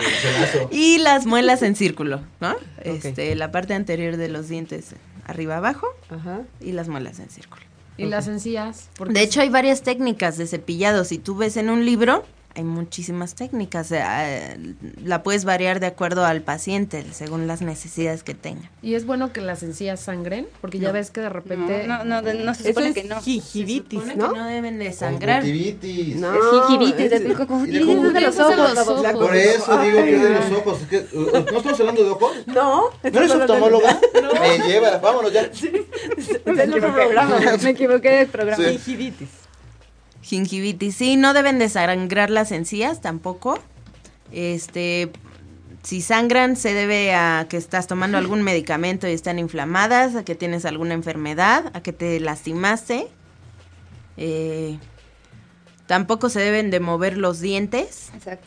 el cenazo. Y las muelas en círculo, ¿no? Ok. Este, la parte anterior de los dientes arriba abajo Ajá. y las muelas en círculo. Y las encías. porque De hecho, hay varias técnicas de cepillado. Si tú ves en un libro, hay muchísimas técnicas. eh, eh, La puedes variar de acuerdo al paciente, según las necesidades que tenga. Y es bueno que las encías sangren, porque ya ves que de repente... No, no, no, de- no se Eso supone es que no. gingivitis, ¿no? deben de Es Conjuntivitis. gingivitis, es es- como Y de cómo gingivitis de los utilizas ojos. los babos. ojos. Por eso digo que es de los ojos. Es que, uh, uh, ¿No estamos hablando de ojos? No, ¿No eres oftalmóloga? Me lleva, vámonos ya. Es el otro programa. Me equivoqué del programa. Sí. Gingivitis. Gingivitis, sí, no deben de sangrar las encías tampoco. Este, si sangran se debe a que estás tomando algún medicamento y están inflamadas, a que tienes alguna enfermedad, a que te lastimaste. Eh, tampoco se deben de mover los dientes. Exacto.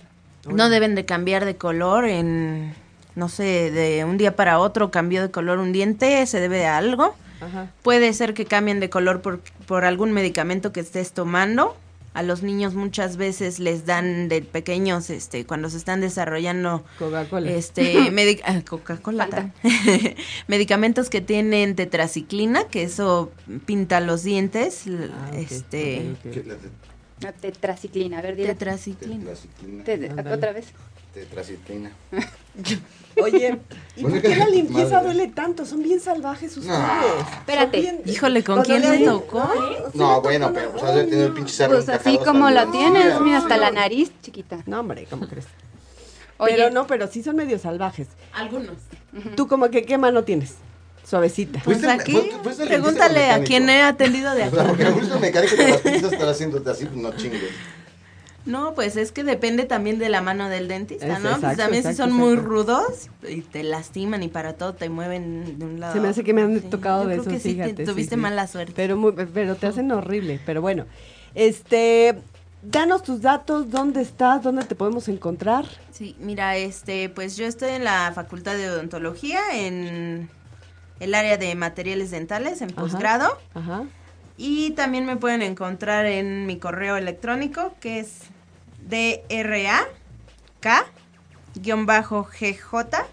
No deben de cambiar de color en, no sé, de un día para otro cambió de color un diente, se debe a algo. Ajá. Puede ser que cambien de color por, por algún medicamento que estés tomando. A los niños muchas veces les dan de pequeños, este, cuando se están desarrollando, Coca-Cola. este, medic- ah, Coca-Cola, Fanta. tal. medicamentos que tienen tetraciclina, que eso pinta los dientes, l- Ah, ok, este, ok, ok. Que la te- La tetraciclina, a ver, dile. tetraciclina. la ciclina. Te- Ándale. Otra vez. Tetracitlina. Oye, ¿y Pues por es que- qué la limpieza madre. duele tanto? Son bien salvajes ustedes. Espérate. Híjole, ¿con Cuando quién le le abrí- tocó? No, bueno, pero pues has de tener el pinche cerro Pues así encajado como hasta lo el- tienes, mira, hasta la nariz chiquita. No, hombre, ¿cómo crees? Oye, Pero no, pero sí son medio salvajes. Algunos. Tú como que qué mano tienes? Suavecita. Pues Fuiste- aquí, fu- fuiste el pregúntale dentista a mecánico. quién he atendido de O sea, aquí. porque justo el mecánico de las pinzas estar haciéndote así, pues no chingues. No, pues es que depende también de la mano del dentista, Es ¿no? pues exacto, también si exacto, son muy exacto. rudos y te lastiman y para todo te mueven de un lado. Se me hace que me han Sí, tocado yo de creo eso, que sí, te- fíjate, sí, tuviste sí. mala suerte. Pero muy, pero te hacen horrible, pero bueno. Este, danos tus datos, dónde estás, dónde te podemos encontrar. Sí, mira, este, pues yo estoy en la Facultad de Odontología en el área de materiales dentales en Ajá. posgrado Ajá. y también me pueden encontrar en mi correo electrónico que es drak-gj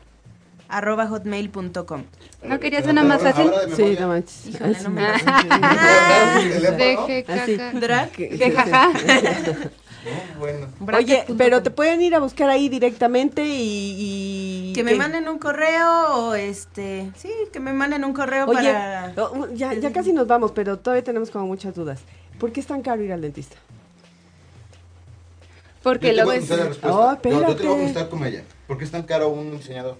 arroba hotmail.com. ¿no querías una más Ahora- fácil? ahora de Sí, memoria. no manches. Híjole, no me Ah, el teléfono. Deje Así. caca. Drag. Que jaja. No, bueno. Oye, Bracket.com. pero te pueden ir a buscar ahí directamente y... y- Que me manden un correo o este, sí, que me manden un correo Oye, para oh, uh, ya, ya casi nos vamos, pero todavía tenemos como muchas dudas. ¿Por qué es tan caro ir al dentista? Porque Yo te luego voy a es... contestar la respuesta. Oh, no, yo te voy espérate. a contestar como ella. ¿Por qué es tan caro un diseñador?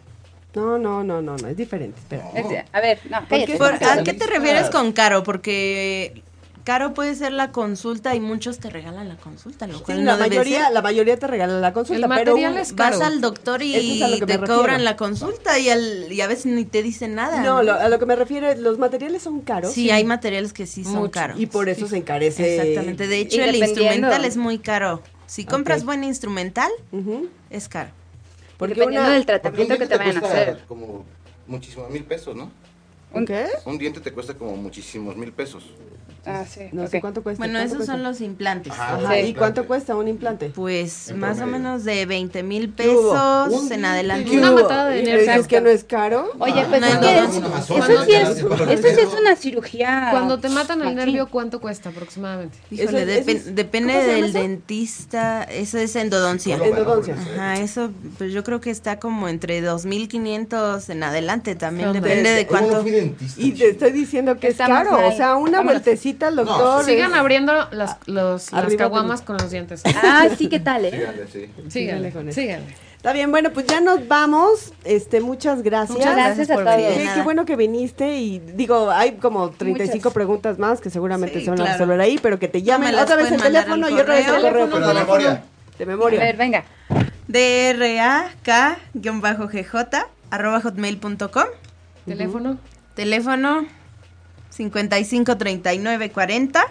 No, no, no, no, no, es diferente. Espera. es- A ver, no, cállate. Por- no. ¿A qué te refieres con caro? Porque caro puede ser la consulta y muchos te regalan la consulta, lo Sí, cual la no debe mayoría, ser. la mayoría te regala la consulta, El pero material un- es Vas caro. al doctor Eso es a lo y que me te refiero. cobran la consulta y, al- y a veces ni te dicen nada. No, lo- a lo que me refiero es los materiales son caros. Sí, hay materiales que sí son Mucho. caros. Y por eso se encarece. Exactamente. De Y hecho, el dependiendo. instrumental es muy caro. Si compras Ok. buen instrumental, Ujú. es caro. Porque Dependiendo una... del Porque un tratamiento que diente te vayan a cuesta hacer. Como muchísimos mil pesos, ¿no? ¿Un qué? Un diente te cuesta como muchísimos mil pesos. Ah, sí. No sé ok. cuánto cuesta. Bueno, ¿cuánto esos cuesta? son los implantes. Ajá. Ajá, Sí. ¿Y cuánto cuesta un implante? Pues En más o promedio. menos de 20 mil ¿Qué hubo? pesos Un- en ¿Qué adelante. Una hubo? matada de ¿Y me nervios. dices que no es caro? Oye, No, pues no, es que no, es- no, no, eso no, sí no, es, no, no, eso sí es no. una cirugía. Cuando te matan el Machín. nervio, ¿cuánto cuesta aproximadamente? Híjole, Eso es- depen- eso es- depende ¿cómo se llama del eso? dentista. Eso es endodoncia. Endodoncia. Ajá, eso pues yo creo que está como entre 2.500 en adelante también. ¿Qué onda? Depende de Oye, no cuánto. fui dentista, Y chico. te estoy diciendo que es Estamos caro. mal. O sea, una Vámonos. vueltecita al doctor. Sigan es- abriendo las, los, las Arriba caguamas con los dientes. Ah, sí, ¿qué tal, eh? Síganle, sí. Síganle con Síganle, eso. síganle. Está bien, bueno, pues ya nos vamos. Este, muchas gracias. Muchas gracias a por todos. venir. Qué, qué bueno que viniste y digo, hay como 35 Muchas. preguntas más que seguramente Sí, se van a claro. resolver ahí, pero que te me llamen las otra vez el pueden mandar teléfono al y otra vez el correo. correo. Pero de memoria. De A memoria. ver, venga. DRAK-GJ arroba hotmail.com. Teléfono. Teléfono 553940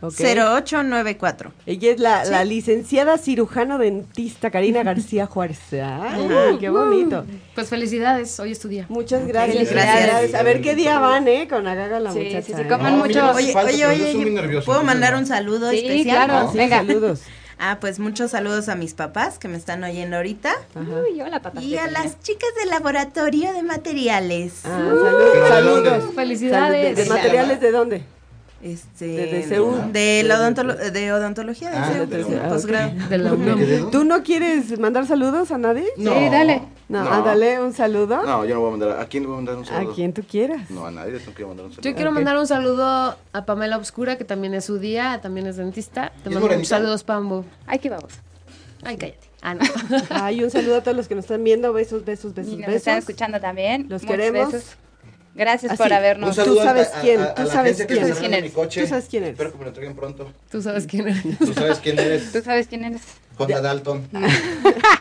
Ok. 0894. Ella es la, la licenciada cirujano dentista Karina García Juárez. Ay, qué bonito. Pues felicidades, hoy es tu día. Muchas gracias. Gracias. Felicidades. A ver qué día van, ¿eh? Con Agaga la Sí, muchacha. sí, sí, ¿eh? coman No, mucho. mira, Oye, falta, oye, pero yo soy muy oye, nervioso, ¿puedo entonces mandar no. un saludo Sí, especial? claro. Sí, Venga. Saludos. Ah, pues muchos saludos a mis papás que me están oyendo ahorita. Ajá. Uy, hola, papá. Y a las chicas del laboratorio de materiales. Ah, saludos. Pero ¿de dónde? saludos. Felicidades. ¿De, de materiales de dónde? Este, De- de CEU. de la odontolo- de odontología de Ah, CEU, de de la- posgrado. De la ¿Me UNAM. quedé dónde? ¿Tú no quieres mandar saludos a nadie? Sí, dale. No, ándale un saludo No, yo no voy a mandar. ¿A quién le voy a mandar un saludo? a quien tú quieras. No, a nadie le tengo que mandar un saludo. Yo quiero Ok. mandar un saludo a Pamela Obscura, que también es su día, también es dentista. Te ¿Y es mando un morenita? saludos, Pambo. Ay, qué vamos. Ay, cállate. Ah, no. Ay, un saludo a todos los que nos están viendo. Besos, besos, besos, Y nos besos. están escuchando también. Los Muchos queremos. Ah, besos. Gracias Así. por Un habernos. saludo a- sabes a- quién, a- a tú la sabes agencia que quién. Tú está sabes arreglando quién mi coche. Tú sabes quién eres. Espero que me lo entreguen pronto. Tú sabes quién eres. Tú sabes quién eres. Tú sabes quién eres. Juana Dalton.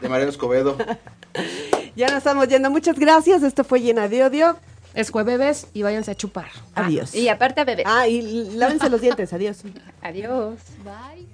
De Mariano Escobedo. Ya nos estamos yendo. Muchas gracias. Esto fue Llena de Odio. Es jueves y váyanse a chupar. Adiós. Y Ah, aparte a bebé. Ah, y lávense los dientes. Adiós. Adiós. Bye.